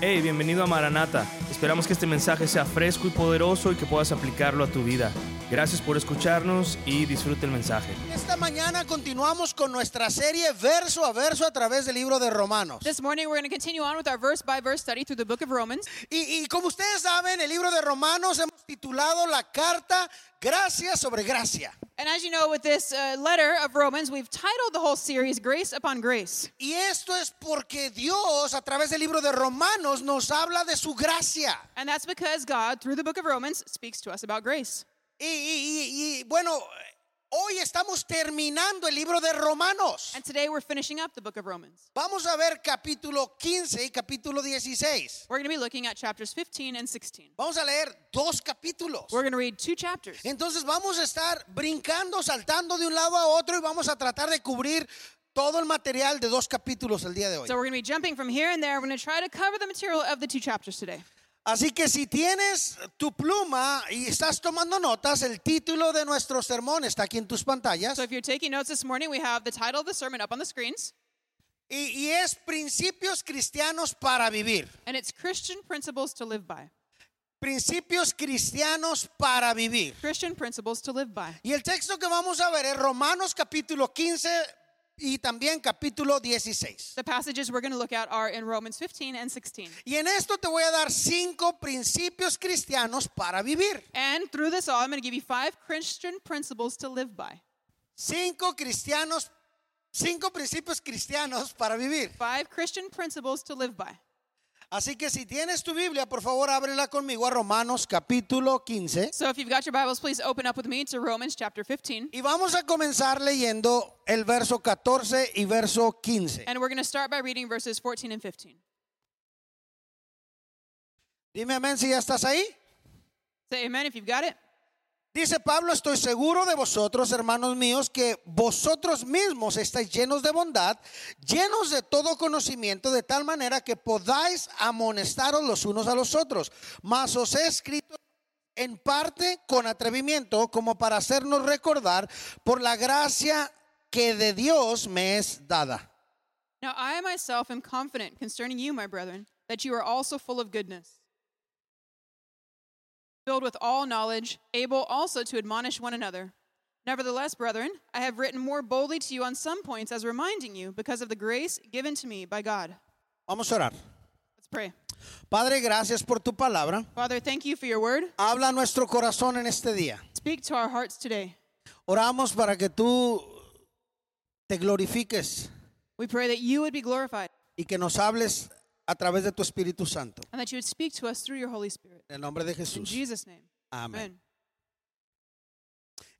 Hey, bienvenido a Maranata. Esperamos que este mensaje sea fresco y poderoso y que puedas aplicarlo a tu vida. Gracias por escucharnos y disfrute el mensaje. Esta mañana continuamos con nuestra serie verso a verso a través del libro de Romanos. This morning, we're going to continue on with our verse by verse study through the book of Romans. Y, y como ustedes saben, el libro de Romanos hemos titulado la carta Gracia sobre Gracia. And as you know, with this uh, letter of Romans, we've titled the whole series Grace Upon Grace. Y esto es porque Dios a través del libro de Romanos nos habla de su gracia. And that's because God, through the book of Romans, speaks to us about grace. Y, y- y- y, bueno, hoy estamos terminando el libro de Romanos. And today, we're finishing up the book of Romans. Vamos a ver capítulo 15 y capítulo 16. We're going to be looking at chapters 15 and 16. Vamos a leer dos capítulos. We're going to read two chapters. Entonces vamos a estar brincando, saltando de un lado a otro y vamos a tratar de cubrir todo el material de dos capítulos el día de hoy. So, we're going to be jumping from here and there. We're going to try to cover the material of the two chapters today. Así que si tienes tu pluma y estás tomando notas, el título de nuestro sermón está aquí en tus pantallas. So, if you're taking notes this morning, we have the title of the sermon up on the screens, Y, y es Principios Cristianos para Vivir. and it's Christian Principles to Live By. Principios Cristianos para Vivir. Christian Principles to Live By. Y el texto que vamos a ver es Romanos capítulo 15 y también capítulo 16. The passages we're going to look at are in Romans 15 and 16. Y en esto te voy a dar cinco principios cristianos para vivir. And through this all, I'm going to give you five Christian principles to live by. Cinco cristianos, cinco principios cristianos para vivir. Five Christian principles to live by. Así que si tienes tu Biblia, por favor, ábrela conmigo a Romanos capítulo 15. So if you've got your Bibles, please open up with me to Romans chapter 15. Y vamos a comenzar leyendo el verso 14 y verso 15. And we're going to start by reading verses 14 and 15. Dime amén si ya estás ahí. Say amen if you've got it. Dice Pablo, estoy seguro de vosotros, hermanos míos, que vosotros mismos estáis llenos de bondad, llenos de todo conocimiento, de tal manera que podáis amonestaros los unos a los otros. Mas os he escrito en parte con atrevimiento, como para hacernos recordar por la gracia que de Dios me es dada. Now I myself am confident concerning you, my brethren, that you are also full of goodness, filled with all knowledge, able also to admonish one another. Nevertheless, brethren, I have written more boldly to you on some points as reminding you because of the grace given to me by God. Vamos a orar. Let's pray. Padre, gracias por tu palabra. Father, thank you for your word. Habla a nuestro corazón en este día. Speak to our hearts today. Oramos para que tú te glorifiques. We pray that you would be glorified y que nos hables a través de tu Espíritu Santo. and that you would speak to us through your Holy Spirit. En el nombre de In Jesús. Jesus' name. Amén.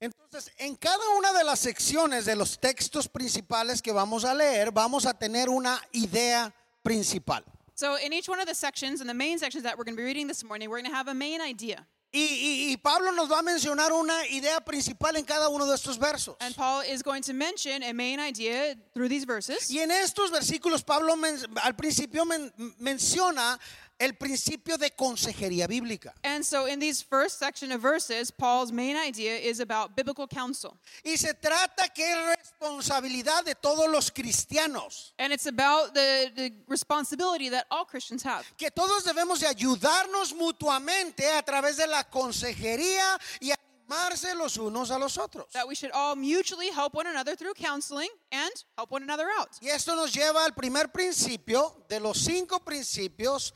Entonces, en cada una de las secciones de los textos principales que vamos a leer, vamos a tener una idea principal. So, in each one of the sections, in the main sections that we're going to be reading this morning, we're going to have a main idea. Y, y- y Pablo nos va a mencionar una idea principal en cada uno de estos versos. And Paul is going to mention a main idea through these verses. Y en estos versículos Pablo men- al principio men- menciona el principio de consejería bíblica. And so, in these first section of verses, Paul's main idea is about biblical counsel. Y se trata que es responsabilidad de todos los cristianos. And it's about the, the responsibility that all Christians have. que todos debemos de ayudarnos mutuamente a través de la consejería y animarse los unos a los otros. That we should all mutually help one another through counseling and help one another out. Y esto nos lleva al primer principio de los cinco principios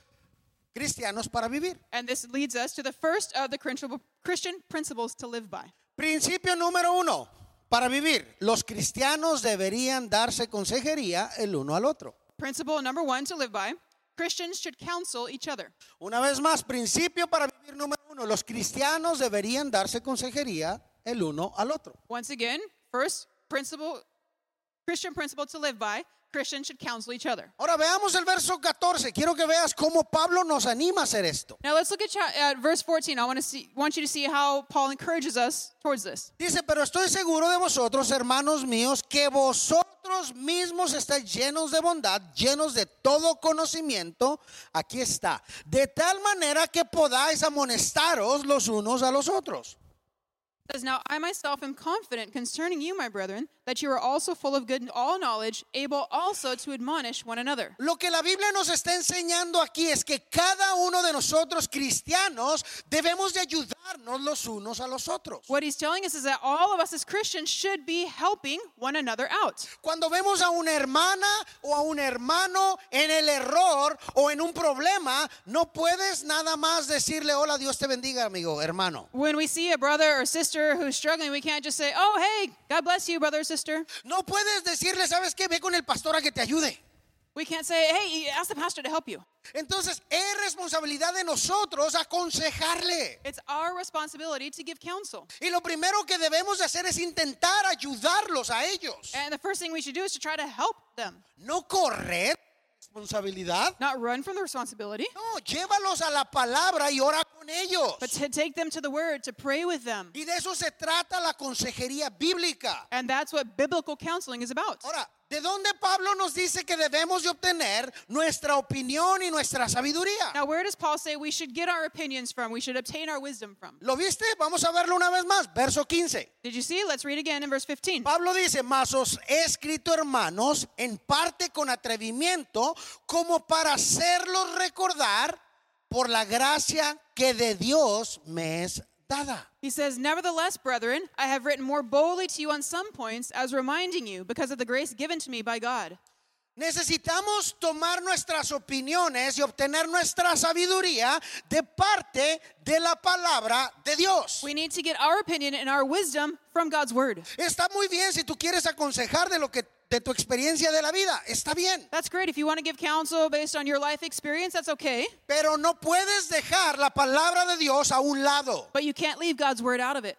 cristianos para vivir. And this leads us to the first of the Christian- Christian principles to live by. Principio número uno, para vivir, los cristianos deberían darse consejería el uno al otro. Principle number one to live by Christians should counsel each other. Una vez más, principio para vivir número uno, los cristianos deberían darse consejería el uno al otro. Once again, first principle, Christian principle to live by Christians should counsel each other. Ahora veamos el verso 14. Quiero que veas cómo Pablo nos anima a hacer esto. Now let's look at, cha- at verse 14. I want to see, want you to see how Paul encourages us towards this. Dice, pero estoy seguro de vosotros, hermanos míos, que vosotros mismos estáis llenos de bondad, llenos de todo conocimiento. Aquí está. De tal manera que podáis amonestaros los unos a los otros. It says, Now I myself am confident concerning you, my brethren, that you are also full of good all knowledge, able also to admonish one another. Lo que la Biblia nos está enseñando aquí es que cada uno de nosotros cristianos debemos de ayudarnos los unos a los otros. What he's telling us is that all of us as Christians should be helping one another out. Cuando vemos a una hermana o a un hermano en el error o en un problema, no puedes nada más decirle, hola, Dios te bendiga, amigo, hermano. When we see a brother or sister who's struggling, we can't just say, "Oh, hey, God bless you, brother or sister." No puedes decirle, ¿sabes qué? Ve con el pastor a que te ayude. We can't say, "Hey, ask the pastor to help you." Entonces es responsabilidad de nosotros aconsejarle. It's our responsibility to give counsel. Y lo primero que debemos de hacer es intentar ayudarlos a ellos. And the first thing we should do is to try to help them, No correr responsabilidad. not run from the responsibility, No, llévalos a la palabra y ora con ellos. but to take them to the word, to pray with them. Y de eso se trata la consejería bíblica. And that's what biblical counseling is about. Ahora, ¿de dónde Pablo nos dice que debemos de obtener nuestra opinión y nuestra sabiduría? Now, where does Paul say we should get our opinions from? We should obtain our wisdom from? ¿Lo viste? Vamos a verlo una vez más. Verso 15. Did you see? Let's read again in verse 15. Pablo dice, mas os he escrito hermanos, en parte con atrevimiento, como para hacerlos recordar por la gracia que de Dios me es dada. He says, Nevertheless, brethren, I have written more boldly to you on some points, as reminding you, because of the grace given to me by God. Necesitamos tomar nuestras opiniones y obtener nuestra sabiduría de parte de la palabra de Dios. We need to get our opinion and our wisdom from God's word. Está muy bien si tú quieres aconsejar de lo que de tu experiencia de la vida, está bien, That's great. If you want to give counsel based on your life experience, that's okay. pero no puedes dejar la palabra de Dios a un lado. But you can't leave God's word out of it.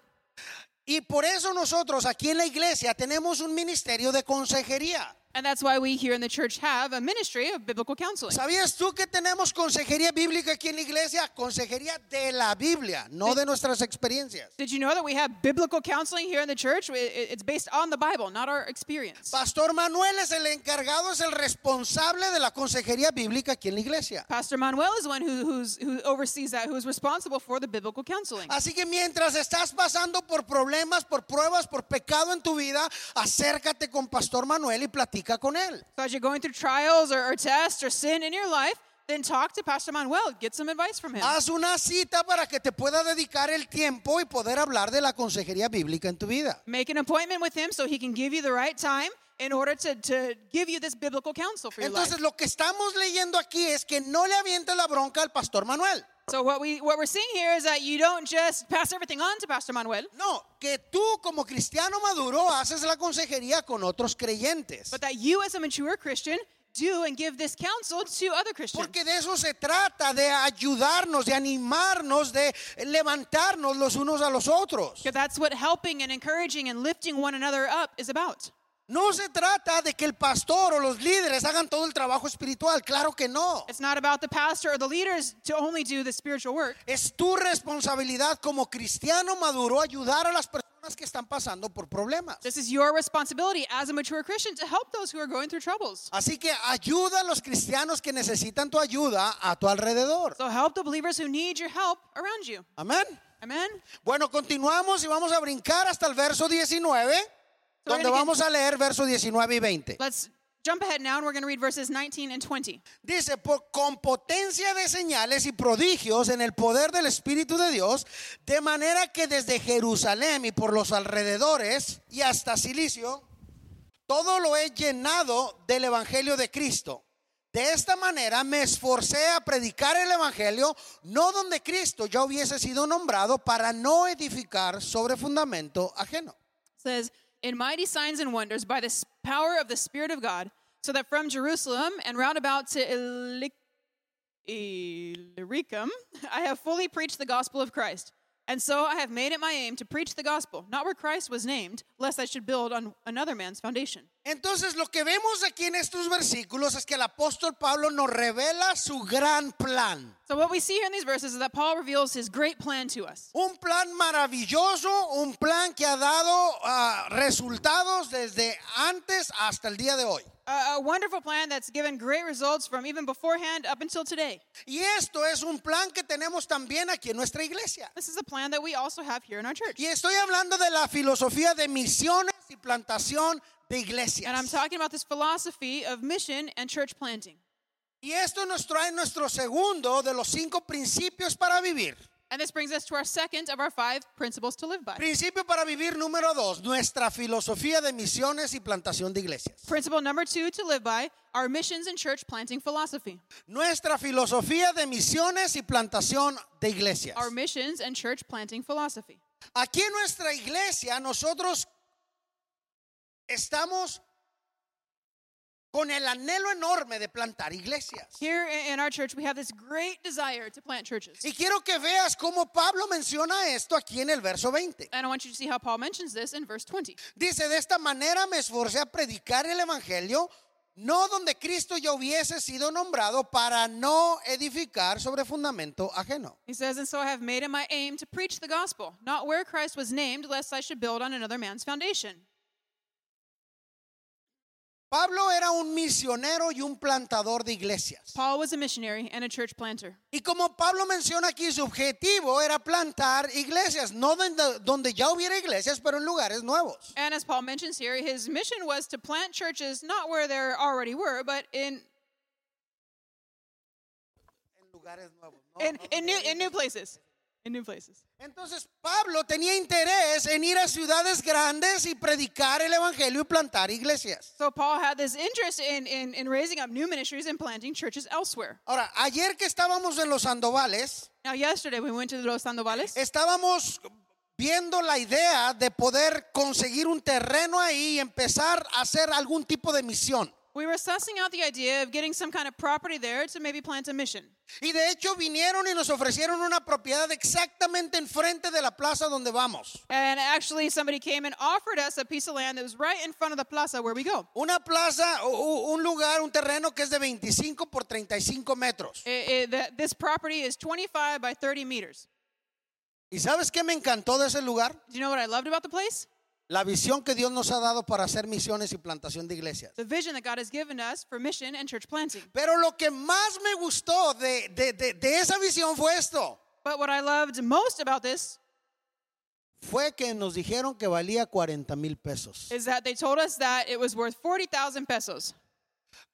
Y por eso nosotros aquí en la iglesia tenemos un ministerio de consejería. And that's why we here in the church have a ministry of biblical counseling. ¿Sabías tú que tenemos consejería bíblica aquí en la iglesia? Consejería de la Biblia, no de nuestras experiencias. Did you know that we have biblical counseling here in the church? It- it- It's based on the Bible, not our experience. Pastor Manuel es el encargado, es el responsable de la consejería bíblica aquí en la iglesia. Pastor Manuel is the one who, who's, who oversees that, who is responsible for the biblical counseling. Así que mientras estás pasando por problemas, por pruebas, por pecado en tu vida, acércate con Pastor Manuel y platica con él. So as you're going through trials or, or tests or sin in your life, then talk to Pastor Manuel. Get some advice from him. Haz una cita para que te pueda dedicar el tiempo y poder hablar de la consejería bíblica en tu vida. Make an appointment with him so he can give you the right time in order to, to give you this biblical counsel for your life. Entonces lo que estamos leyendo aquí es que no le avientes la bronca al Pastor Manuel. So what we what we're seeing here is that you don't just pass everything on to Pastor Manuel, No, que tú como cristiano maduro haces la consejería con otros creyentes. but that you as a mature Christian do and give this counsel to other Christians. Porque de eso se trata, de ayudarnos, de animarnos, de levantarnos los unos a los otros. Because that's what helping and encouraging and lifting one another up is about. No se trata de que el pastor o los líderes hagan todo el trabajo espiritual, claro que no. It's not about the pastor or the leaders to only do the spiritual work. Es tu responsabilidad como cristiano maduro ayudar a las personas que están pasando por problemas. This is your responsibility as a mature Christian to help those who are going through troubles. Así que ayuda a los cristianos que necesitan tu ayuda a tu alrededor. So help the believers who need your help around you. Amén. Amen. Bueno, continuamos y vamos a brincar hasta el verso 19, donde vamos a leer versos 19 y 20. Let's jump ahead now and we're going to read verses 19 and 20. Dice, por, con potencia de señales y prodigios en el poder del Espíritu de Dios, de manera que desde Jerusalén y por los alrededores y hasta Silicio, todo lo he llenado del Evangelio de Cristo. De esta manera me esforcé a predicar el Evangelio, no donde Cristo ya hubiese sido nombrado para no edificar sobre fundamento ajeno. says, In mighty signs and wonders by the s- power of the Spirit of God, so that from Jerusalem and round about to Illy- Illyricum, I have fully preached the gospel of Christ. And so I have made it my aim to preach the gospel, not where Christ was named, lest I should build on another man's foundation. Entonces lo que vemos aquí en estos versículos es que el apóstol Pablo nos revela su gran plan. So, what we see here in these verses is that Paul reveals his great plan to us. Un plan maravilloso, un plan que ha dado ah, resultados desde antes hasta el día de hoy. A, a wonderful plan that's given great results from even beforehand up until today. Y esto es un plan que tenemos también aquí en nuestra iglesia. This is a plan that we also have here in our church. Y estoy hablando de la filosofía de misiones y plantación de iglesias. And I'm talking about this philosophy of mission and church planting. Y esto nos trae nuestro segundo de los cinco principios para vivir. And this brings us to our second of our five principles to live by. Principio para vivir número dos, nuestra filosofía de misiones y plantación de iglesias. Principle number two to live by our missions and church planting philosophy. Nuestra filosofía de misiones y plantación de iglesias. Our missions and church planting philosophy. Aquí en nuestra iglesia nosotros estamos con el anhelo enorme de plantar iglesias. Here i- in our church, we have this great desire to plant churches. Y quiero que veas cómo Pablo menciona esto aquí en el verso 20. And I want you to see how Paul mentions this in verse 20. Dice, de esta manera me esforcé a predicar el Evangelio, no donde Cristo ya hubiese sido nombrado para no edificar sobre fundamento ajeno. He says, And so I have made it my aim to preach the gospel, not where Christ was named, lest I should build on another man's foundation. Pablo era un misionero y un plantador de iglesias. Paul was a missionary and a church planter. Y como Pablo menciona aquí, su objetivo era plantar iglesias, no donde, donde ya hubiera iglesias, pero en lugares nuevos. And as Paul mentions here, his mission was to plant churches not where there already were, but in, En lugares nuevos. ¿no? in, in, new, in new places. Oh, In new places. Entonces Pablo tenía interés en ir a ciudades grandes y predicar el evangelio y plantar iglesias. So Paul had this interest in, in, in raising up new ministries and planting churches elsewhere. Ahora, ayer que estábamos en los Andovales, Now, yesterday we went to Los Sandovales estábamos viendo la idea de poder conseguir un terreno ahí y empezar a hacer algún tipo de misión. We were sussing out the idea of getting some kind of property there to maybe plant a mission. Y de hecho vinieron y nos ofrecieron una propiedad exactamente enfrente de la plaza donde vamos. And actually, somebody came and offered us a piece of land that was right in front of the plaza where we go. Una plaza, o- o un lugar, un terreno que es de 25 por 35 metros. It- it- that- this property is 25 by 30 meters. ¿Y sabes qué me encantó de ese lugar? Do you know what I loved about the place? La visión que Dios nos ha dado para hacer misiones y plantación de iglesias. The vision that God has given us for mission and church planting. Pero lo que más me gustó de, de- de- de esa visión fue esto. But what I loved most about this Fue que nos dijeron que valía 40 mil pesos. is that they told us that it was worth 40,000 pesos.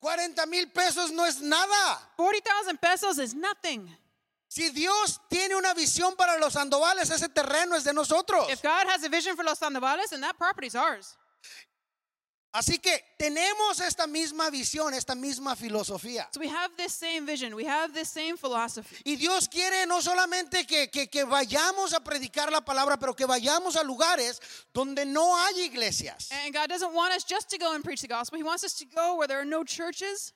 40 mil pesos no es nada. 40,000 pesos is nothing. Si Dios tiene una visión para los sandovales, ese terreno es de nosotros. If God has a vision for Los Sandovales, then that property's ours. Así que tenemos esta misma visión, esta misma filosofía. So we have this same vision, we have this same philosophy. Y Dios quiere no solamente que, que- que vayamos a predicar la palabra, pero que vayamos a lugares donde no hay iglesias. And God doesn't want us just to go and preach the gospel. He wants us to go where there are no churches.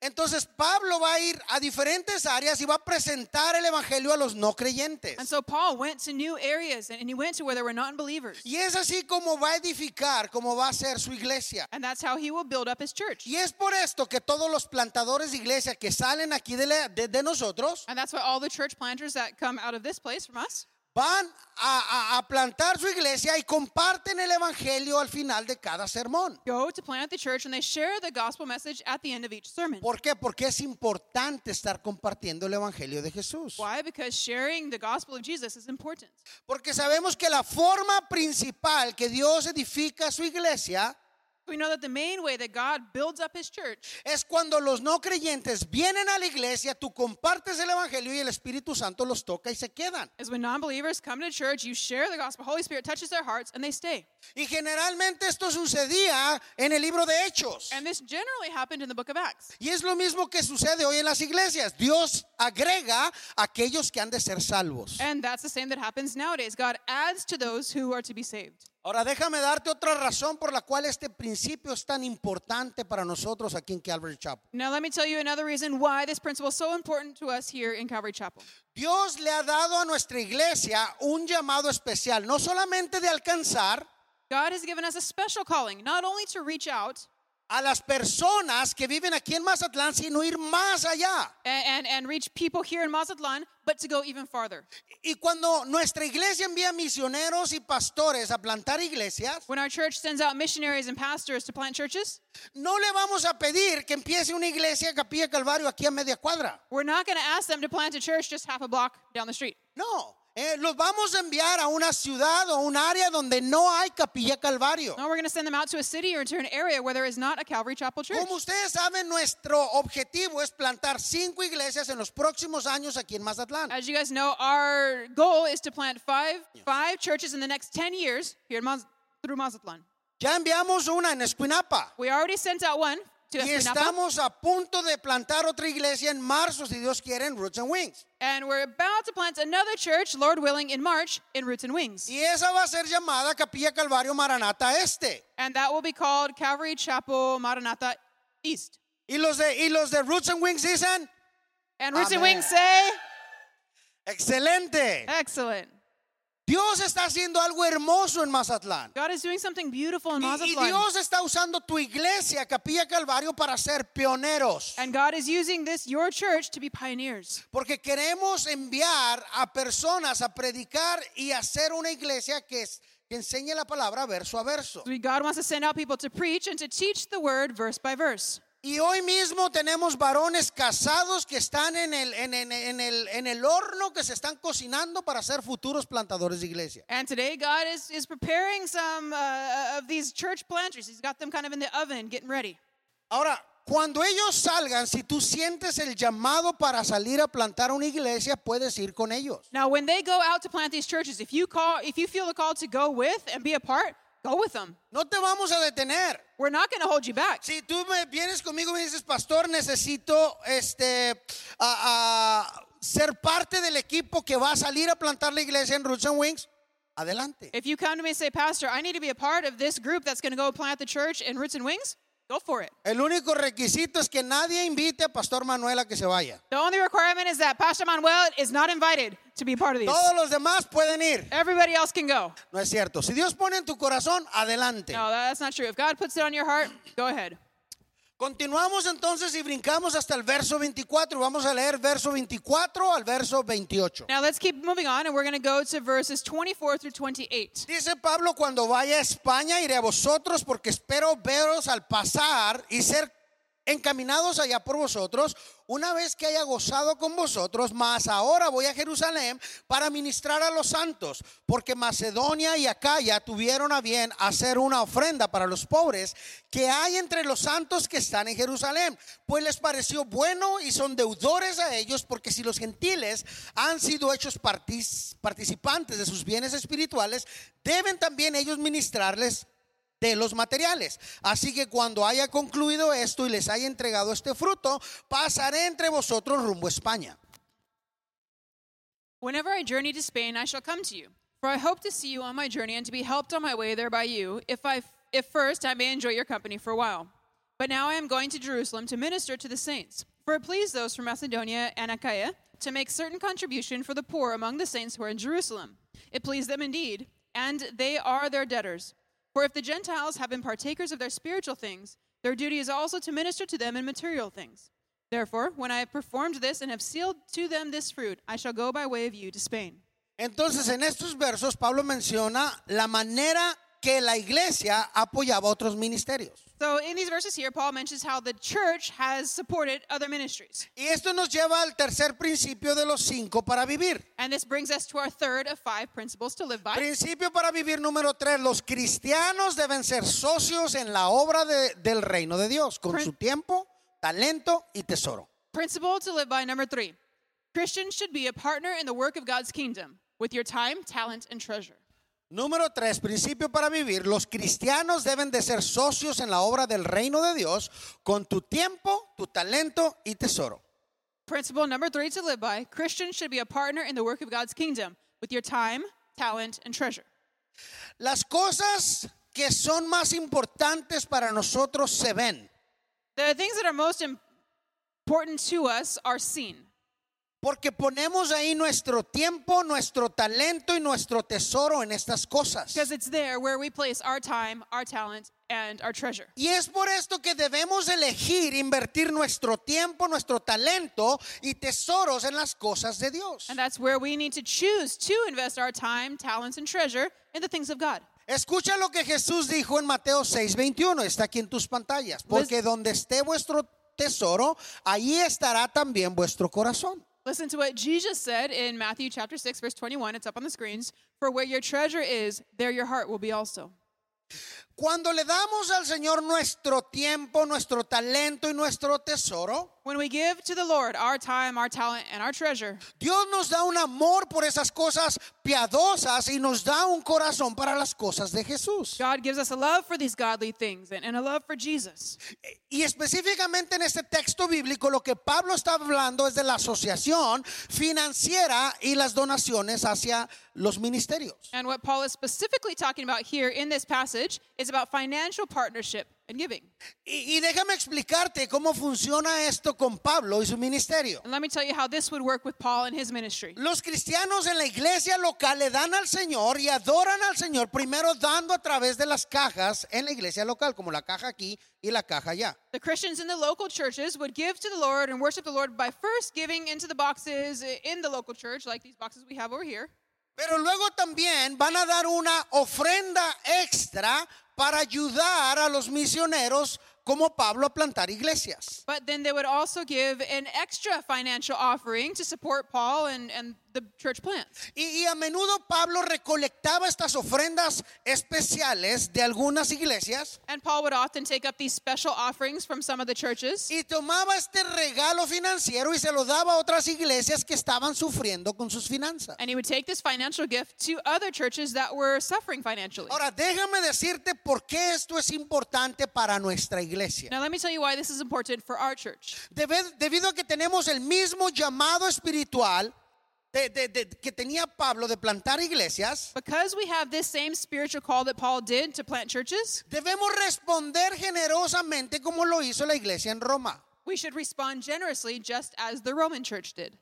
Entonces Pablo va a ir a diferentes áreas y va a presentar el Evangelio a los no creyentes. And so Paul went to new areas and and he went to where there were non believers. Y es así como va a edificar, como va a ser su iglesia. And that's how he will build up his church. Y es por esto que todos los plantadores de iglesia que salen aquí de, la- de- de nosotros And that's why all the church planters that come out of this place from us, van a, a- a plantar su iglesia y comparten el Evangelio al final de cada sermón. go to plant the church and they share the gospel message at the end of each sermon. ¿Por qué? Porque es importante estar compartiendo el Evangelio de Jesús. Why? Because sharing the gospel of Jesus is important. Porque sabemos que la forma principal que Dios edifica su iglesia We know that the main way that God builds up his church es cuando los no creyentes vienen a la iglesia, tú compartes el Evangelio y el Espíritu Santo los toca y se quedan. is when non believers come to church, you share the gospel, Holy Spirit touches their hearts, and they stay. Y generalmente esto sucedía en el libro de Hechos. And this generally happened in the book of Acts. Y es lo mismo que sucede hoy en las iglesias. Dios agrega a aquellos que han de ser salvos. And that's the same that happens nowadays. God adds to those who are to be saved. Ahora déjame darte otra razón por la cual este principio es tan importante para nosotros aquí en Calvary Chapel. Now, let me tell you another reason why this principle is so important to us here in Calvary Chapel. Dios le ha dado a nuestra iglesia un llamado especial, no solamente de alcanzar God has given us a special calling, not only to reach out a las personas que viven aquí en Mazatlán, sino ir más allá. and, and, and reach people here in Mazatlan, but to go even farther. Y cuando nuestra iglesia envía misioneros y pastores a plantar iglesias, When our church sends out missionaries and pastors to plant churches, no le vamos a pedir que empiece una iglesia Capilla Calvario aquí a media cuadra. we're not going to ask them to plant a church just half a block down the street. No, Eh, los vamos a enviar a una ciudad o un área donde no hay capilla Calvario. No, we're going to send them out to a city or to an area where there is not a Calvary Chapel church. Como ustedes saben, nuestro objetivo es plantar cinco iglesias en los próximos años aquí en Mazatlán. As you guys know, our goal is to plant five five churches in the next 10 years here in Maz- through Mazatlan. Ya enviamos una en Escuinapa. We already sent out one to Y Espinapa, estamos a punto de plantar otra iglesia en marzo, si Dios quiere, en Roots and Wings. and we're about to plant another church, Lord willing, in March in Roots and Wings. Y esa va a ser llamada Capilla Calvario Maranata Este. And that will be called Calvary Chapel Maranatha East. Y los de, y los de Roots and Wings dicen, And Roots and Amen. Wings say, excelente. excellent. Dios está haciendo algo hermoso en Mazatlán. God is doing something beautiful in Y, y Mazatlan. Dios está usando tu iglesia, Capilla Calvario, para ser pioneros. And God is using this, your church, to be pioneers. Porque queremos enviar a personas a predicar y hacer una iglesia que, es- que enseñe la palabra verso a verso. So God wants to send out people to preach and to teach the word verse by verse. Y hoy mismo tenemos varones casados que están en el, en, en- en el, en el horno que se están cocinando para ser futuros plantadores de iglesia. And today, God is, is preparing some uh, of these church planters. He's got them kind of in the oven, getting ready. Ahora, cuando ellos salgan, si tú sientes el llamado para salir a plantar una iglesia, puedes ir con ellos. Now, when they go out to plant these churches, if you call, if you feel the call to go with and be a part, go with them. No te vamos a detener. We're not going to hold you back. Si tú me vienes conmigo y me dices, pastor, necesito este, a- a ser parte del equipo que va a salir a plantar la iglesia en Roots and Wings, adelante. If you come to me and say, Pastor, I need to be a part of this group that's going to go plant the church in Roots and Wings, go for it. El único requisito es que nadie invite a Pastor Manuel a que se vaya. The only requirement is that Pastor Manuel is not invited to be a part of these. Todos los demás pueden ir. Everybody else can go. No es cierto. Si Dios pone en tu corazón, adelante. No, that's not true. If God puts it on your heart, go ahead. Continuamos entonces y brincamos hasta el verso 24 y vamos a leer verso 24 al verso 28. Now let's keep moving on, and we're going to go to verses 24 through 28. Dice Pablo, cuando vaya a España iré a vosotros porque espero veros al pasar y ser encaminados allá por vosotros una vez que haya gozado con vosotros, mas ahora voy a Jerusalén para ministrar a los santos, porque Macedonia y Acaya tuvieron a bien hacer una ofrenda para los pobres que hay entre los santos que están en Jerusalén, pues les pareció bueno y son deudores a ellos, porque si los gentiles han sido hechos partis- participantes de sus bienes espirituales, deben también ellos ministrarles de los materiales. Así que cuando haya concluido esto y les haya entregado este fruto, pasaré entre vosotros rumbo a España. Whenever I journey to Spain, I shall come to you. For I hope to see you on my journey and to be helped on my way there by you, if, I, if first I may enjoy your company for a while. But now I am going to Jerusalem to minister to the saints. For it pleased those from Macedonia and Achaia to make certain contribution for the poor among the saints who are in Jerusalem. It pleased them indeed, and they are their debtors. For if the Gentiles have been partakers of their spiritual things, their duty is also to minister to them in material things. Therefore, when I have performed this and have sealed to them this fruit, I shall go by way of you to Spain. Entonces en estos versos Pablo menciona la manera que la iglesia apoyaba otros ministerios. So, in these verses here, Paul mentions how the church has supported other ministries. Y esto nos lleva al tercer principio de los cinco para vivir. And this brings us to our third of five principles to live by. Principio para vivir número tres, los cristianos deben ser socios en la obra de- del reino de Dios, con Prin- su tiempo, talento y tesoro. Principle to live by number three Christians should be a partner in the work of God's kingdom with your time, talent, and treasure. Número tres, principio para vivir. Los cristianos deben de ser socios en la obra del reino de Dios con tu tiempo, tu talento y tesoro. Principle number three to live by Christians should be a partner in the work of God's kingdom with your time, talent, and treasure. Las cosas que son más importantes para nosotros se ven. The things that are most im- important to us are seen. Porque ponemos ahí nuestro tiempo, nuestro talento y nuestro tesoro en estas cosas. Because it's there where we place our time, our talent, and our treasure. Y es por esto que debemos elegir invertir nuestro tiempo, nuestro talento y tesoros en las cosas de Dios. And that's where we need to choose to invest our time, talents, and treasure in the things of God. Escucha lo que Jesús dijo en Mateo 6:21, está aquí en tus pantallas, porque donde esté vuestro tesoro, allí estará también vuestro corazón. Listen to what Jesus said in Matthew chapter 6 verse 21. It's up on the screens. For where your treasure is, there your heart will be also. Cuando le damos al Señor nuestro tiempo, nuestro talento y nuestro tesoro, When we give to the Lord our time, our talent, and our treasure, Dios nos da un amor por esas cosas piadosas y nos da un corazón para las cosas de Jesús. God gives us a love for these godly things and, and a love for Jesus. Y específicamente en este texto bíblico lo que Pablo está hablando es de la asociación financiera y las donaciones hacia los ministerios. And what Paul is specifically talking about here in this passage is about financial partnership and giving. Y, y déjame explicarte cómo funciona esto con Pablo y su ministerio. And let me tell you how this would work with Paul and his ministry. Los cristianos en la iglesia local le dan al Señor y adoran al Señor primero dando a través de las cajas en la iglesia local, como la caja aquí y la caja allá. The Christians in the local churches would give to the Lord and worship the Lord by first giving into the boxes in the local church, like these boxes we have over here. Pero luego también van a dar una ofrenda extra para ayudar a los misioneros como Pablo a plantar iglesias. But then they would also give an extra financial offering to support Paul and, and the church plants. Y, y a menudo Pablo recolectaba estas ofrendas especiales de algunas iglesias And Paul would often take up these special offerings from some of the churches. y tomaba este regalo financiero y se lo daba a otras iglesias que estaban sufriendo con sus finanzas. And he would take this financial gift to other churches that were suffering financially. Ahora, déjame decirte por qué esto es importante para nuestra iglesia. Now, let me tell you why this is important for our church. Debe- debido a que tenemos el mismo llamado espiritual de- de- de- que tenía Pablo de plantar iglesias, Because we have this same spiritual call that Paul did to plant churches, debemos responder generosamente como lo hizo la iglesia en Roma. we should respond generously just as the Roman church did.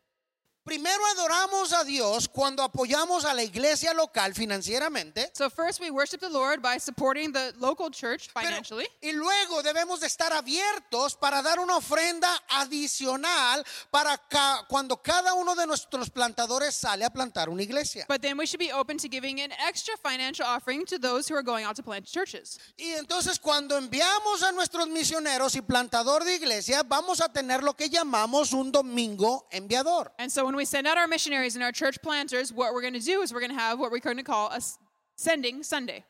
Primero adoramos a Dios cuando apoyamos a la iglesia local financieramente. So, first, we worship the Lord by supporting the local church pero- financially. y luego debemos de estar abiertos para dar una ofrenda adicional para ca- cuando cada uno de nuestros plantadores sale a plantar una iglesia. But then we should be open to giving an extra financial offering to those who are going out to plant churches. Y entonces cuando enviamos a nuestros misioneros y plantador de iglesia, vamos a tener lo que llamamos un domingo enviador. And so when we send out our missionaries and our church planters, what we're going to do is we're going to have what we're going to call a s- sending Sunday.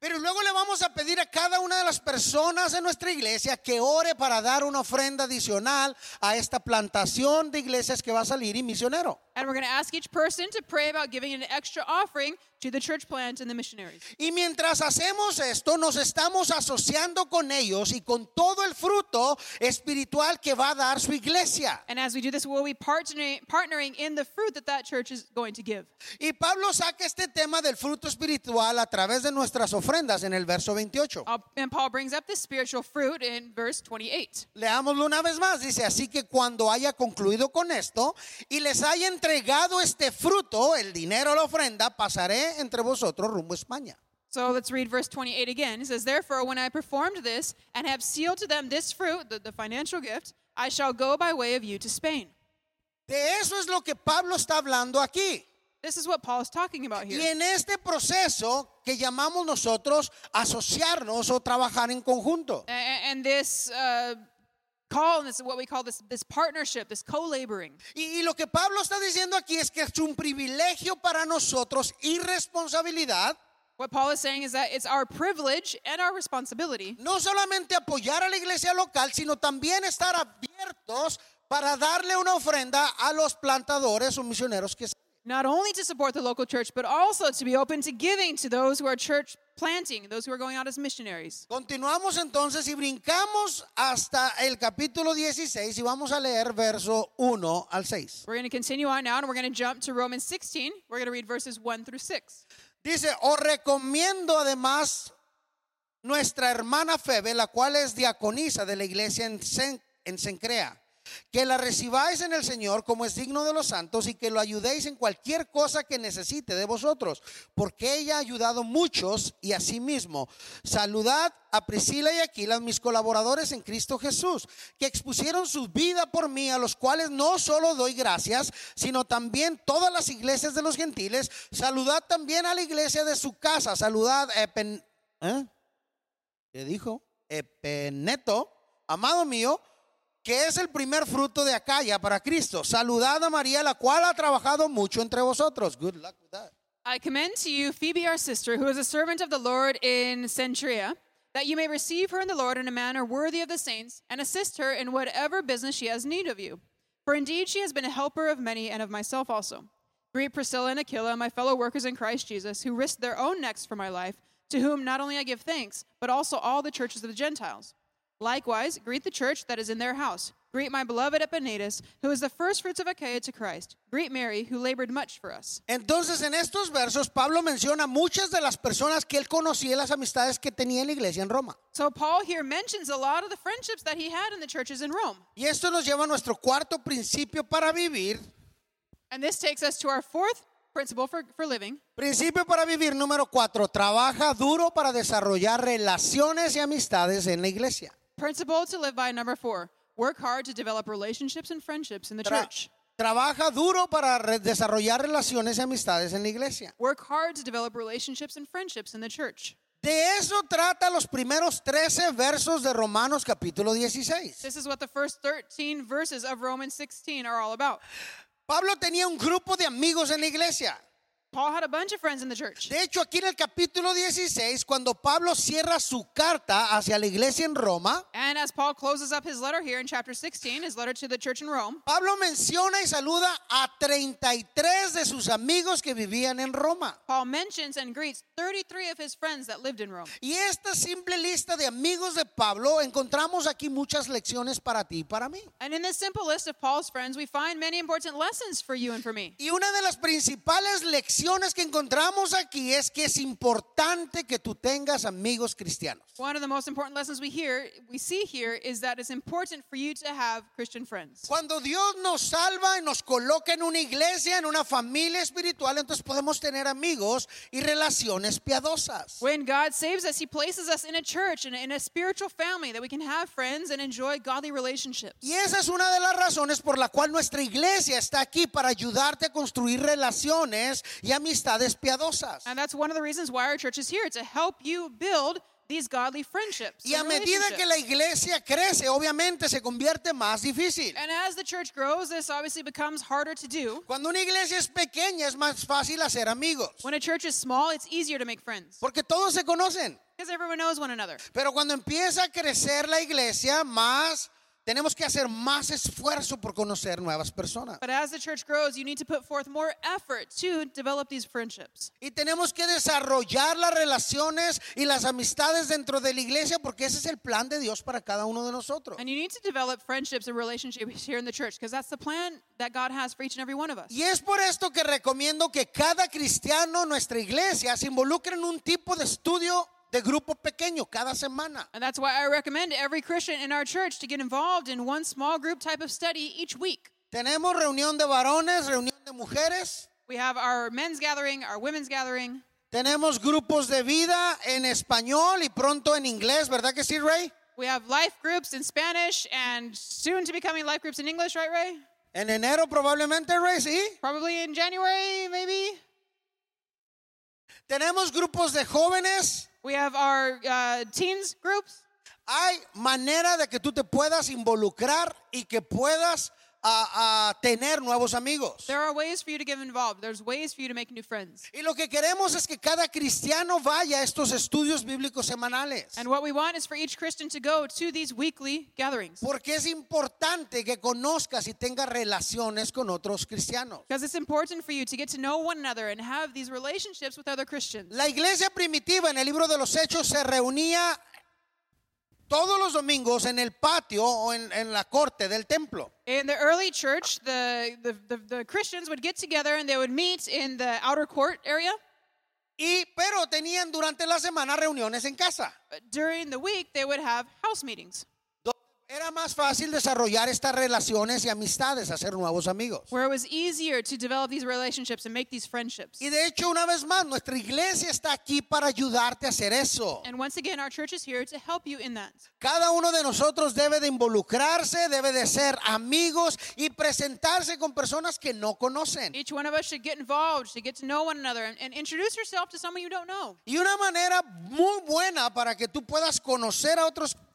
Pero luego le vamos a pedir a cada una de las personas de nuestra iglesia que ore para dar una ofrenda adicional a esta plantación de iglesias que va a salir y misionero. And we're going to ask each person to pray about giving an extra offering to the church plant and the missionaries. Y mientras hacemos esto, nos estamos asociando con ellos y con todo el fruto espiritual que va a dar su iglesia. And as we do this, we'll be partnering, partnering in the fruit that that church is going to give. Y Pablo saca este tema del fruto espiritual a través de nuestras ofrendas en el verso 28. Uh, And Paul brings up this spiritual fruit in verse 28. Leámoslo una vez más. Dice, así que cuando haya concluido con esto y les haya entregado este fruto, el dinero, la ofrenda, pasaré entre vosotros rumbo a España. So let's read verse 28 again. It says, Therefore, when I performed this and have sealed to them this fruit, the, the financial gift, I shall go by way of you to Spain. De eso es lo que Pablo está hablando aquí. This is what Paul is talking about Y here. en este proceso que llamamos nosotros asociarnos o trabajar en conjunto. A- a- And this uh, call, and this what we call this, this partnership, this co laboring. Y, y lo que Pablo está diciendo aquí es que es un privilegio para nosotros y responsabilidad What Paul is saying is that it's our privilege and our responsibility no solamente apoyar a la iglesia local, sino también estar abiertos para darle una ofrenda a los plantadores o misioneros que not only to support the local church, but also to be open to giving to those who are church planting, those who are going out as missionaries. Continuamos entonces y brincamos hasta el capítulo 16 y vamos a leer verso 1 al 6. We're going to continue on now and we're going to jump to Romans 16. We're going to read verses 1 through 6. Dice, os recomiendo además nuestra hermana Febe, la cual es diaconisa de la iglesia en, Sen- en Sencrea, que la recibáis en el Señor como es digno de los santos y que lo ayudéis en cualquier cosa que necesite de vosotros, porque ella ha ayudado muchos y a sí mismo. Saludad a Priscila y Aquila, mis colaboradores en Cristo Jesús, que expusieron su vida por mí, a los cuales no solo doy gracias, sino también todas las iglesias de los gentiles. Saludad también a la iglesia de su casa. Saludad a Epen- ¿eh? ¿Qué dijo? Epeneto, amado mío, que es el primer fruto de Acaya para Cristo. Saludad a María, la cual ha trabajado mucho entre vosotros. Good luck with that. I commend to you Phoebe, our sister, who is a servant of the Lord in Centria, that you may receive her in the Lord in a manner worthy of the saints, and assist her in whatever business she has need of you. For indeed she has been a helper of many and of myself also. Greet Priscilla and Aquila, my fellow workers in Christ Jesus, who risked their own necks for my life, to whom not only I give thanks, but also all the churches of the Gentiles. Likewise, greet the church that is in their house. Greet my beloved Epinetus, who is the first fruits of Achaia to Christ. Greet Mary, who labored much for us. Entonces, en estos versos, Pablo menciona muchas de las personas que él conocía y las amistades que tenía en la iglesia en Roma. So Paul here mentions a lot of the friendships that he had in the churches in Rome. Y esto nos lleva a nuestro cuarto principio para vivir. And this takes us to our fourth principle for, for living. Principio para vivir número cuatro. Trabaja duro para desarrollar relaciones y amistades en la iglesia. Principle to live by number four. Work hard to develop relationships and friendships in the Tra- church. trabaja duro para re- desarrollar relaciones y amistades en la iglesia. Work hard to develop relationships and friendships in the church. De eso trata los primeros 13 versos de Romanos capítulo 16. This is what the first 13 verses of Romans 16 are all about. Pablo tenía un grupo de amigos en la iglesia. Paul had a bunch of friends in the church. De hecho, aquí en el capítulo 16, cuando Pablo cierra su carta hacia la iglesia en Roma, And as Paul closes up his letter here in chapter 16, his letter to the church in Rome, Pablo menciona y saluda a 33 de sus amigos que vivían en Roma. Paul mentions and greets 33 of his friends that lived in Rome. Y esta simple lista de amigos de Pablo encontramos aquí muchas lecciones para ti y para mí. And in this simple list of Paul's friends, we find many important lessons for you and for me. Y una de las principales lecciones que encontramos aquí es que es importante que tú tengas amigos cristianos. One of the most important lessons we hear, we see here, is that it's important for you to have Christian friends. Cuando Dios nos salva y nos coloca en una iglesia, en una familia espiritual, entonces podemos tener amigos y relaciones piadosas. When God saves us, He places us in a church and in a spiritual family that we can have friends and enjoy godly relationships. Y esa es una de las razones por la cual nuestra iglesia está aquí para ayudarte a construir relaciones y amistades piadosas. And that's one of the reasons why our church is here to help you build these godly friendships. Y a and medida que la relationships. iglesia crece, obviamente se convierte más difícil. And as the church grows, this obviously becomes harder to do. Cuando una iglesia es pequeña es más fácil hacer amigos, When a church is small, it's easier to make friends porque todos se conocen. because everyone knows one another. Pero cuando empieza a crecer la iglesia, más tenemos que hacer más esfuerzo por conocer nuevas personas. But as the church grows, you need to put forth more effort to develop these friendships. Y tenemos que desarrollar las relaciones y las amistades dentro de la iglesia porque ese es el plan de Dios para cada uno de nosotros. And you need to develop friendships and relationships here in the church because that's the plan that God has for each and every one of us. Y es por esto que recomiendo que cada cristiano en nuestra iglesia se involucre en un tipo de estudio de grupo pequeño cada semana. And that's why I recommend every Christian in our church to get involved in one small group type of study each week. Tenemos reunión de varones, reunión de mujeres, We have our men's gathering, our women's gathering. Tenemos grupos de vida en español y pronto en inglés, ¿verdad que sí, Ray? We have life groups in Spanish and soon to becoming life groups in English, right, Ray? En enero probablemente, Ray, sí. Probably in January, maybe. Tenemos grupos de jóvenes. We have our uh, teens groups. Hay manera de que tú te puedas involucrar y que puedas ah, ah, tener nuevos amigos. There are ways for you to get involved. There's ways for you to make new friends. Y lo que queremos es que cada cristiano vaya a estos estudios bíblicos semanales. And what we want is for each Christian to go to these weekly gatherings Porque es importante que conozcas y tengas relaciones con otros cristianos. because it's important for you to get to know one another and have these relationships with other Christians. La iglesia primitiva en el libro de los Hechos se reunía todos los domingos en el patio o en, en la corte del templo. In the early church, the, the, the, the Christians would get together and they would meet in the outer court area. Y pero tenían durante la semana reuniones en casa. But during the week, they would have house meetings donde Era más fácil desarrollar estas relaciones y amistades, hacer nuevos amigos. where it was easier to develop these relationships and make these friendships. Y de hecho, una vez más, nuestra iglesia está aquí para ayudarte a hacer eso. And once again, our church is here to help you in that. Cada uno de nosotros debe de involucrarse, debe de ser amigos y presentarse con personas que no conocen. Each one of us should get involved, should get to know one another, and, and introduce yourself to someone you don't know. Y una manera muy buena para que tú puedas conocer a otros cristianos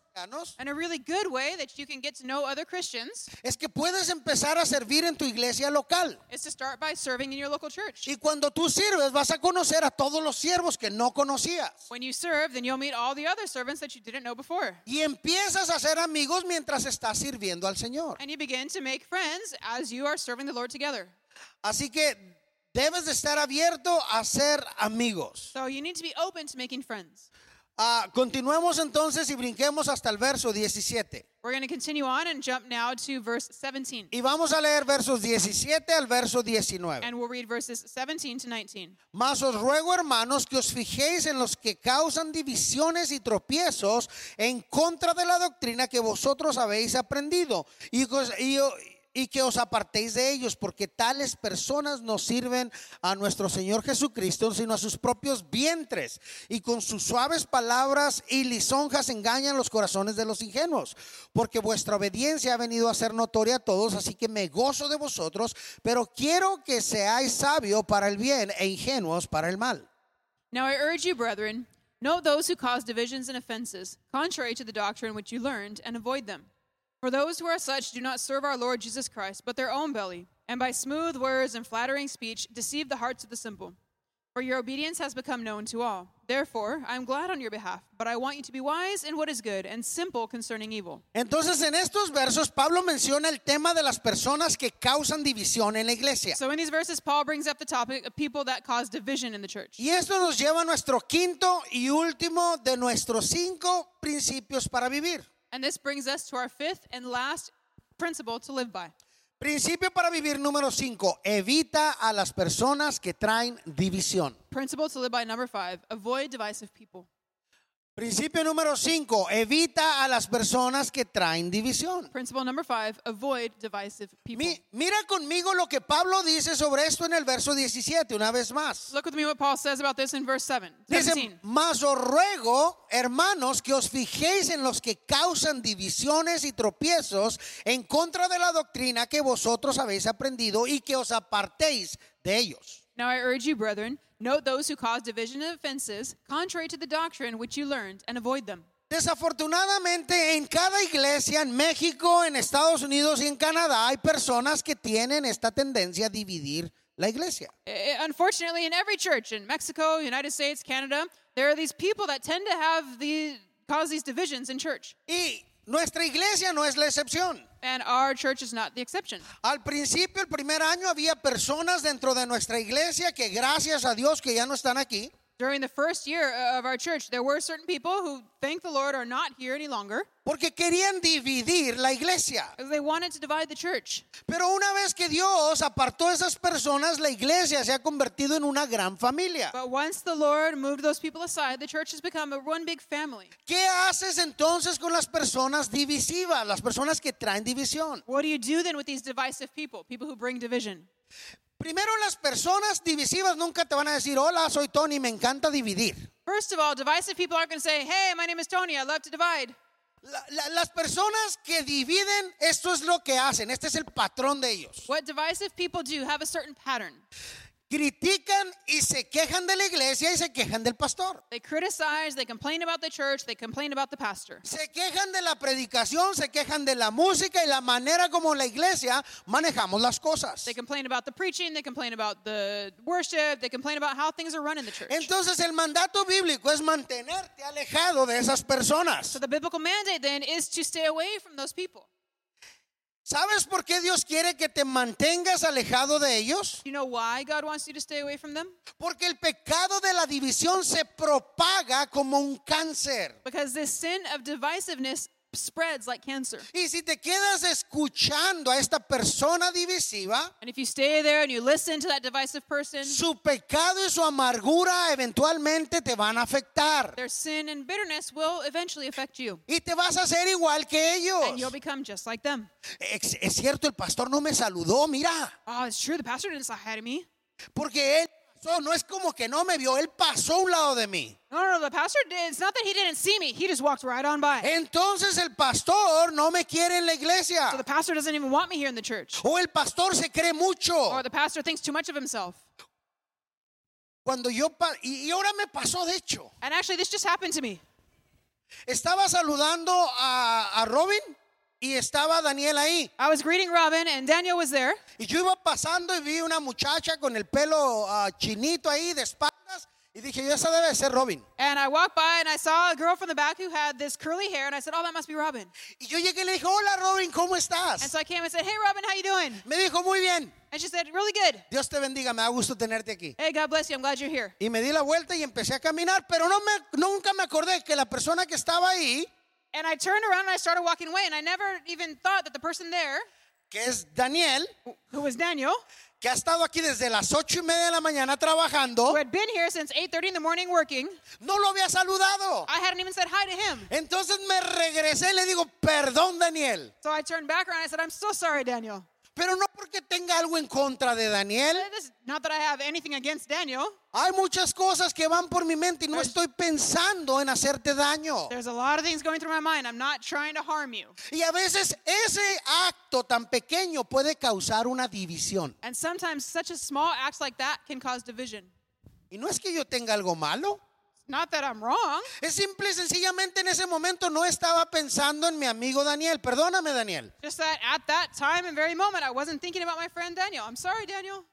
And a really good way that you can get to know other Christians es que puedes empezar a servir en tu iglesia local. is to start by serving in your local church. Y cuando tú sirves vas a conocer a todos los siervos que no conocías. When you serve, then you'll meet all the other servants that you didn't know before. Y empiezas a ser amigos mientras estás sirviendo al Señor. And you begin to make friends as you are serving the Lord together. Así que debes de estar abierto a ser amigos. So you need to be open to making friends. Ah, continuemos entonces y brinquemos hasta el verso 17. We're going to continue on and jump now to verse 17. Y vamos a leer versos 17 al verso 19. And we'll read verses 17 to 19. Mas os ruego, hermanos, que os fijéis en los que causan divisiones y tropiezos en contra de la doctrina que vosotros habéis aprendido y que os, y- y que os apartéis de ellos, porque tales personas no sirven a nuestro Señor Jesucristo, sino a sus propios vientres, y con sus suaves palabras y lisonjas engañan los corazones de los ingenuos, porque vuestra obediencia ha venido a ser notoria a todos, así que me gozo de vosotros, pero quiero que seáis sabio para el bien e ingenuos para el mal. Now I urge you, brethren, note those who cause divisions and offenses, contrary to the doctrine which you learned, and avoid them. For those who are such do not serve our Lord Jesus Christ, but their own belly, and by smooth words and flattering speech deceive the hearts of the simple. For your obedience has become known to all. Therefore, I am glad on your behalf, but I want you to be wise in what is good and simple concerning evil. Entonces en estos versos Pablo menciona el tema de las personas que causan división en la iglesia. So in these verses, Paul brings up the topic of people that cause division in the church. Y esto nos lleva a nuestro quinto y último de nuestros cinco principios para vivir. And this brings us to our fifth and last principle to live by. Principio para vivir número cinco, evita a las personas que traen división. Principle to live by number five avoid divisive people. Principio número cinco, evita a las personas que traen división. Principle number five avoid divisive people. Mi- mira conmigo lo que Pablo dice sobre esto en el verso 17, una vez más. Look with me what Paul says about this in verse 7. Dice, 17. mas os ruego, hermanos, que os fijéis en los que causan divisiones y tropiezos en contra de la doctrina que vosotros habéis aprendido y que os apartéis de ellos. Now I urge you, brethren, note those who cause division and offenses, contrary to the doctrine which you learned, and avoid them. Desafortunadamente, en cada iglesia, en México, en Estados Unidos y en Canadá, hay personas que tienen esta tendencia a dividir la iglesia. Eh, Unfortunately, in every church in Mexico, United States, Canada, there are these people that tend to have the cause these divisions in church. Y nuestra iglesia no es la excepción. And our church is not the exception. Al principio, el primer año, había personas dentro de nuestra iglesia que gracias a Dios que ya no están aquí, During the first year of our church, there were certain people who, thank the Lord, are not here any longer porque querían dividir la iglesia. because they wanted to divide the church. Pero una vez que Dios apartó a esas personas, la iglesia se ha convertido en una gran familia. But once the Lord moved those people aside, the church has become a one big family. ¿Qué haces entonces con las personas divisivas, las personas que traen división? What do you do then with these divisive people, people who bring division? Primero, las personas divisivas nunca te van a decir, hola, soy Tony, me encanta dividir. First of all, divisive people aren't going to say, hey, my name is Tony, I love to divide. La- la- las personas que dividen, esto es lo que hacen, este es el patrón de ellos. What divisive people do have a certain pattern. Critican y se quejan de la iglesia y se quejan del pastor. They criticize, they complain about the church, they complain about the pastor. Se quejan de la predicación, se quejan de la música y la manera como la iglesia manejamos las cosas. They complain about the preaching, they complain about the worship, they complain about how things are run in the church. Entonces el mandato bíblico es mantenerte alejado de esas personas. So the biblical mandate then is to stay away from those people. ¿Sabes por qué Dios quiere que te mantengas alejado de ellos? Do you know why God wants you to stay away from them? Porque el pecado de la división se propaga como un cáncer. Because this sin of divisiveness spreads like cancer. Y si te quedas escuchando a esta persona divisiva, And if you stay there and you listen to that divisive person, su pecado y su amargura eventualmente te van a afectar. their sin and bitterness will eventually affect you. Y te vas a hacer igual que And you'll ellos. become just like them. Es, es cierto, el pastor no me saludó, mira, Oh, it's true. The pastor didn't say hi to me. porque él pasó, no es como que no me vio, él pasó a un lado de mí. No, no, no. The pastor did. It's not that he didn't see me. He just walked right on by. Entonces el pastor no me quiere en la So the iglesia. pastor doesn't even want me here in the church. O el pastor se cree mucho. Or Oh, the pastor thinks too much of himself. Cuando yo pa- y, y ahora me pasó de hecho. And actually, this just happened to me. Estaba saludando a, a Robin y estaba Daniel ahí. I was greeting Robin, and Daniel was there. Y yo iba pasando y vi una muchacha con el pelo ah, chinito ahí de espaldas y dije, yo esa debe de ser Robin. And I walked by and I saw a girl from the back who had this curly hair, and I said, "Oh, that must be Robin." Y yo llegué y le dije, hola Robin, ¿cómo And estás? so I came and said, "Hey, Robin, how you doing?" Me dijo, muy bien, And she said, "Really good. Dios te bendiga, me da gusto tenerte aquí. Hey, God bless you. I'm glad you're here." Y me di la vuelta y empecé a caminar, pero no me, nunca me acordé que la persona que estaba ahí, And I turned around and I started walking away, and I never even thought that the person there, que es Daniel, who was Daniel, que ha estado aquí desde las ocho y media de la mañana trabajando, who had been here since 8:30 in the morning working, no lo había saludado. I hadn't even said hi to him. Entonces me regresé y le digo, perdón Daniel, So I turned back around and I said, "I'm so sorry, Daniel." pero no porque tenga algo en contra de Daniel. This, not that I have anything against Daniel. Hay muchas cosas que van por mi mente y no estoy pensando en hacerte daño. There's a lot of things going through my mind. I'm not trying to harm you. Y a veces ese acto tan pequeño puede causar una división. And sometimes such a small act like that can cause division. Y no es que yo tenga algo malo. It's not that I'm wrong. Es simple y sencillamente en ese momento no estaba pensando en mi amigo Daniel. Perdóname, Daniel. Just that at that time and very moment, I wasn't thinking about my friend Daniel. I'm sorry, Daniel.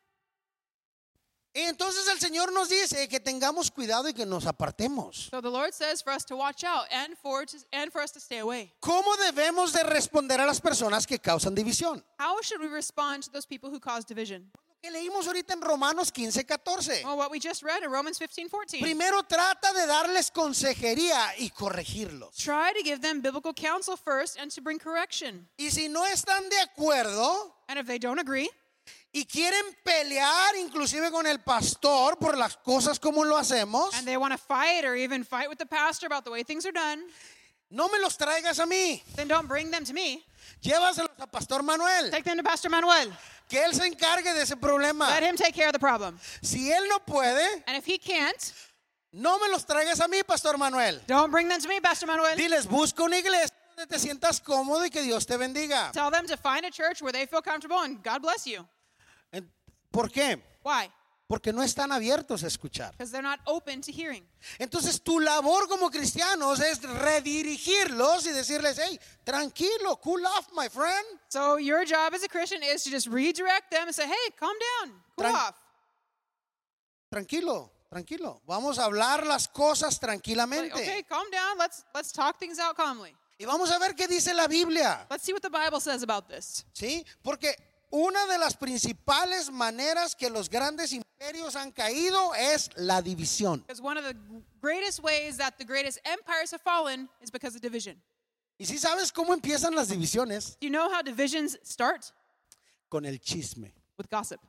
Y entonces el Señor nos dice que tengamos cuidado y que nos apartemos. So the Lord says for us to watch out and for to, and for us to stay away. ¿Cómo debemos de responder a las personas que causan división? How should we respond to those people who cause division? Lo que leímos ahorita en Romanos 15, 14. Well, what we just read in Romans 15, 14. Primero trata de darles consejería y corregirlos. Try to give them biblical counsel first and to bring correction. Y si no están de acuerdo And if they don't agree y quieren pelear inclusive con el pastor por las cosas como lo hacemos, and they want to fight or even fight with the pastor about the way things are done, no me los traigas a mí. then don't bring them to me. Llévaselos a Pastor Manuel, Take them to Pastor Manuel. que él se encargue de ese problema. Let him take care of the problem. Si él no puede, And if he can't, no me los traigas a mí, Pastor Manuel. don't bring them to me, Pastor Manuel. Diles, busca una iglesia donde te sientas cómodo y que Dios te bendiga. Tell them to find a church where they feel comfortable and God bless you. En- ¿Por qué? Why? Porque no están abiertos a escuchar. Because they're not open to hearing. Entonces tu labor como cristianos es redirigirlos y decirles, hey, tranquilo, cool off, my friend. So your job as a Christian is to just redirect them and say, hey, calm down, cool Tran- off. Tranquilo, tranquilo. Vamos a hablar las cosas Like, tranquilamente. okay, calm down. Let's let's talk things out calmly. Y vamos a ver qué dice la Biblia. Let's see what the Bible says about this. ¿Sí? Porque una de las principales maneras que los grandes imperios han caído es la división. Because one of the greatest ways that the greatest empires have fallen is because of division. Y si sabes cómo empiezan las divisiones, Do you know how divisions start? con el chisme. With gossip.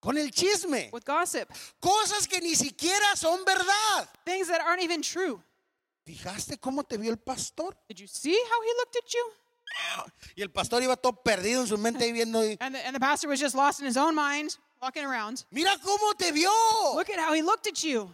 Con el chisme. With gossip. Cosas que ni siquiera son verdad. Things that aren't even true. ¿Fijaste cómo te vio el pastor? Did you see how he looked at you? Y el pastor iba todo perdido en su mente y viendo. y, And the, and the pastor was just lost in his own mind, walking around. Mira cómo te vio. Look at how he looked at you.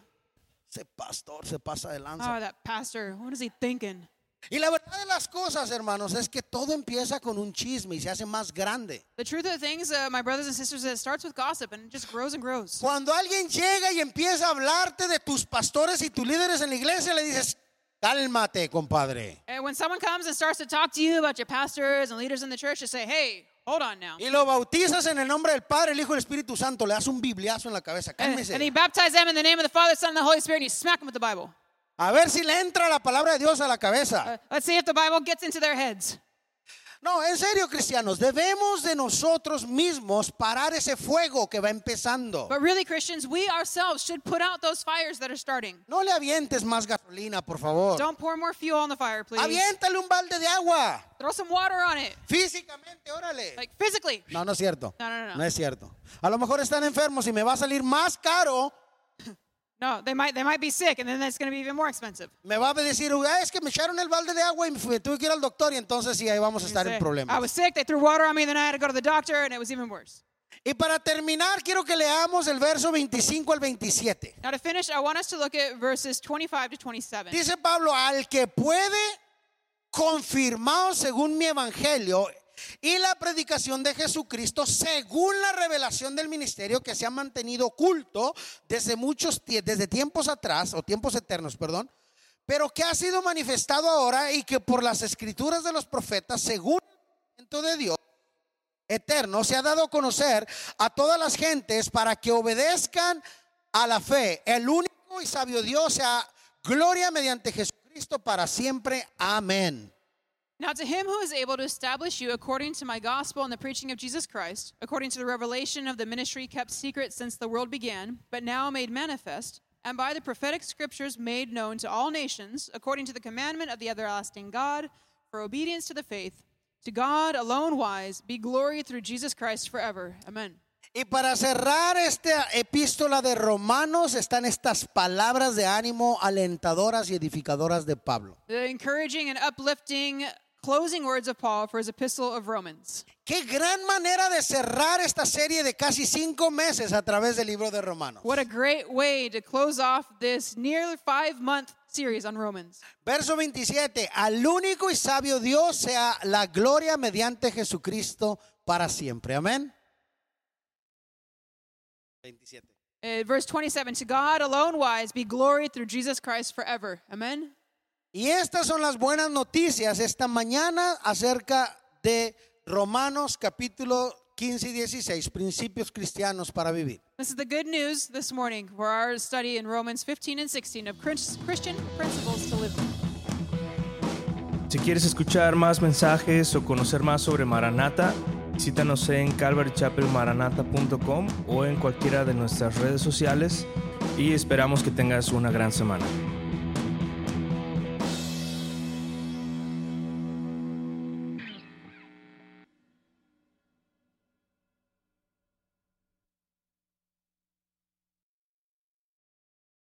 Ese pastor se pasa de lanza. Oh, that pastor, what is he thinking? Y la verdad de las cosas, hermanos, es que todo empieza con un chisme y se hace más grande. The truth of the things, uh, my brothers and sisters, is it starts with gossip and it just grows and grows. Cuando alguien llega y empieza a hablarte de tus pastores y tus líderes en la iglesia, le dices, cálmate, compadre. And when someone comes and starts to talk to you about your pastors and leaders in the church, just say, hey, hold on now. Y lo bautizas en el nombre del Padre, el Hijo y el Espíritu Santo. Le das un bibliazo en la cabeza. And, Cálmese. Eh, and he baptized them in the name of the Father, Son, and the Holy Spirit, and you smack them with the Bible. A ver si le entra la palabra de Dios a la Uh, cabeza. let's see if the Bible gets into their heads. No, en serio, cristianos, debemos de nosotros mismos parar ese fuego que va empezando. But really, Christians, we ourselves should put out those fires that are starting. No le avientes más gasolina, por favor. Don't pour more fuel on the fire, please. Aviéntale un balde de agua. Throw some water on it, Físicamente, órale. like physically. No, no es cierto. No, no, no, no. es cierto. A lo mejor están enfermos y me va a salir más caro. No, they might they might be sick, and then that's going to be even more expensive. Me va a decir, "Ah, es que me echaron el balde de agua y me fui- tuve que ir al doctor y entonces sí, ahí vamos a estar en Say, I was problemas. sick. They threw water on me. Then I had to go to the doctor, and it was even worse. Y para terminar, quiero que leamos el verso 25 al 27. Now to finish, I want us to look at verses 25 to 27. Dice Pablo, al que puede, confirmado según mi evangelio y la predicación de Jesucristo, según la revelación del ministerio que se ha mantenido oculto desde muchos tie- desde tiempos atrás o tiempos eternos, perdón, pero que ha sido manifestado ahora y que por las escrituras de los profetas, según el mandamiento de Dios eterno, se ha dado a conocer a todas las gentes para que obedezcan a la fe. El único y sabio Dios sea gloria mediante Jesucristo para siempre. Amén. Now, to him who is able to establish you according to my gospel and the preaching of Jesus Christ, according to the revelation of the ministry kept secret since the world began, but now made manifest, and by the prophetic scriptures made known to all nations, according to the commandment of the everlasting God, for obedience to the faith, to God alone wise, be glory through Jesus Christ forever. Amen. Y para cerrar esta epístola de Romanos están estas palabras de ánimo alentadoras y edificadoras de Pablo. The encouraging and uplifting closing words of Paul for his epistle of Romans. Qué gran manera de cerrar esta serie de casi cinco meses a través del libro de Romanos. What a great way to close off this near five month series on Romans. Verso 27, al único y sabio Dios sea la gloria mediante Jesucristo para siempre. Amén. 27. Uh, verse 27 To God alone wise be glory through Jesus Christ forever. Amen. Y estas son las buenas noticias esta mañana acerca de Romanos capítulo 15 y 16, principios cristianos para vivir. This is the good news this morning for our study in Romans 15 and 16 of Chris- Christian principles to live. by. Si quieres escuchar más mensajes o conocer más sobre Maranata, visítanos en calvarychapelmaranata.com o en cualquiera de nuestras redes sociales y esperamos que tengas una gran semana.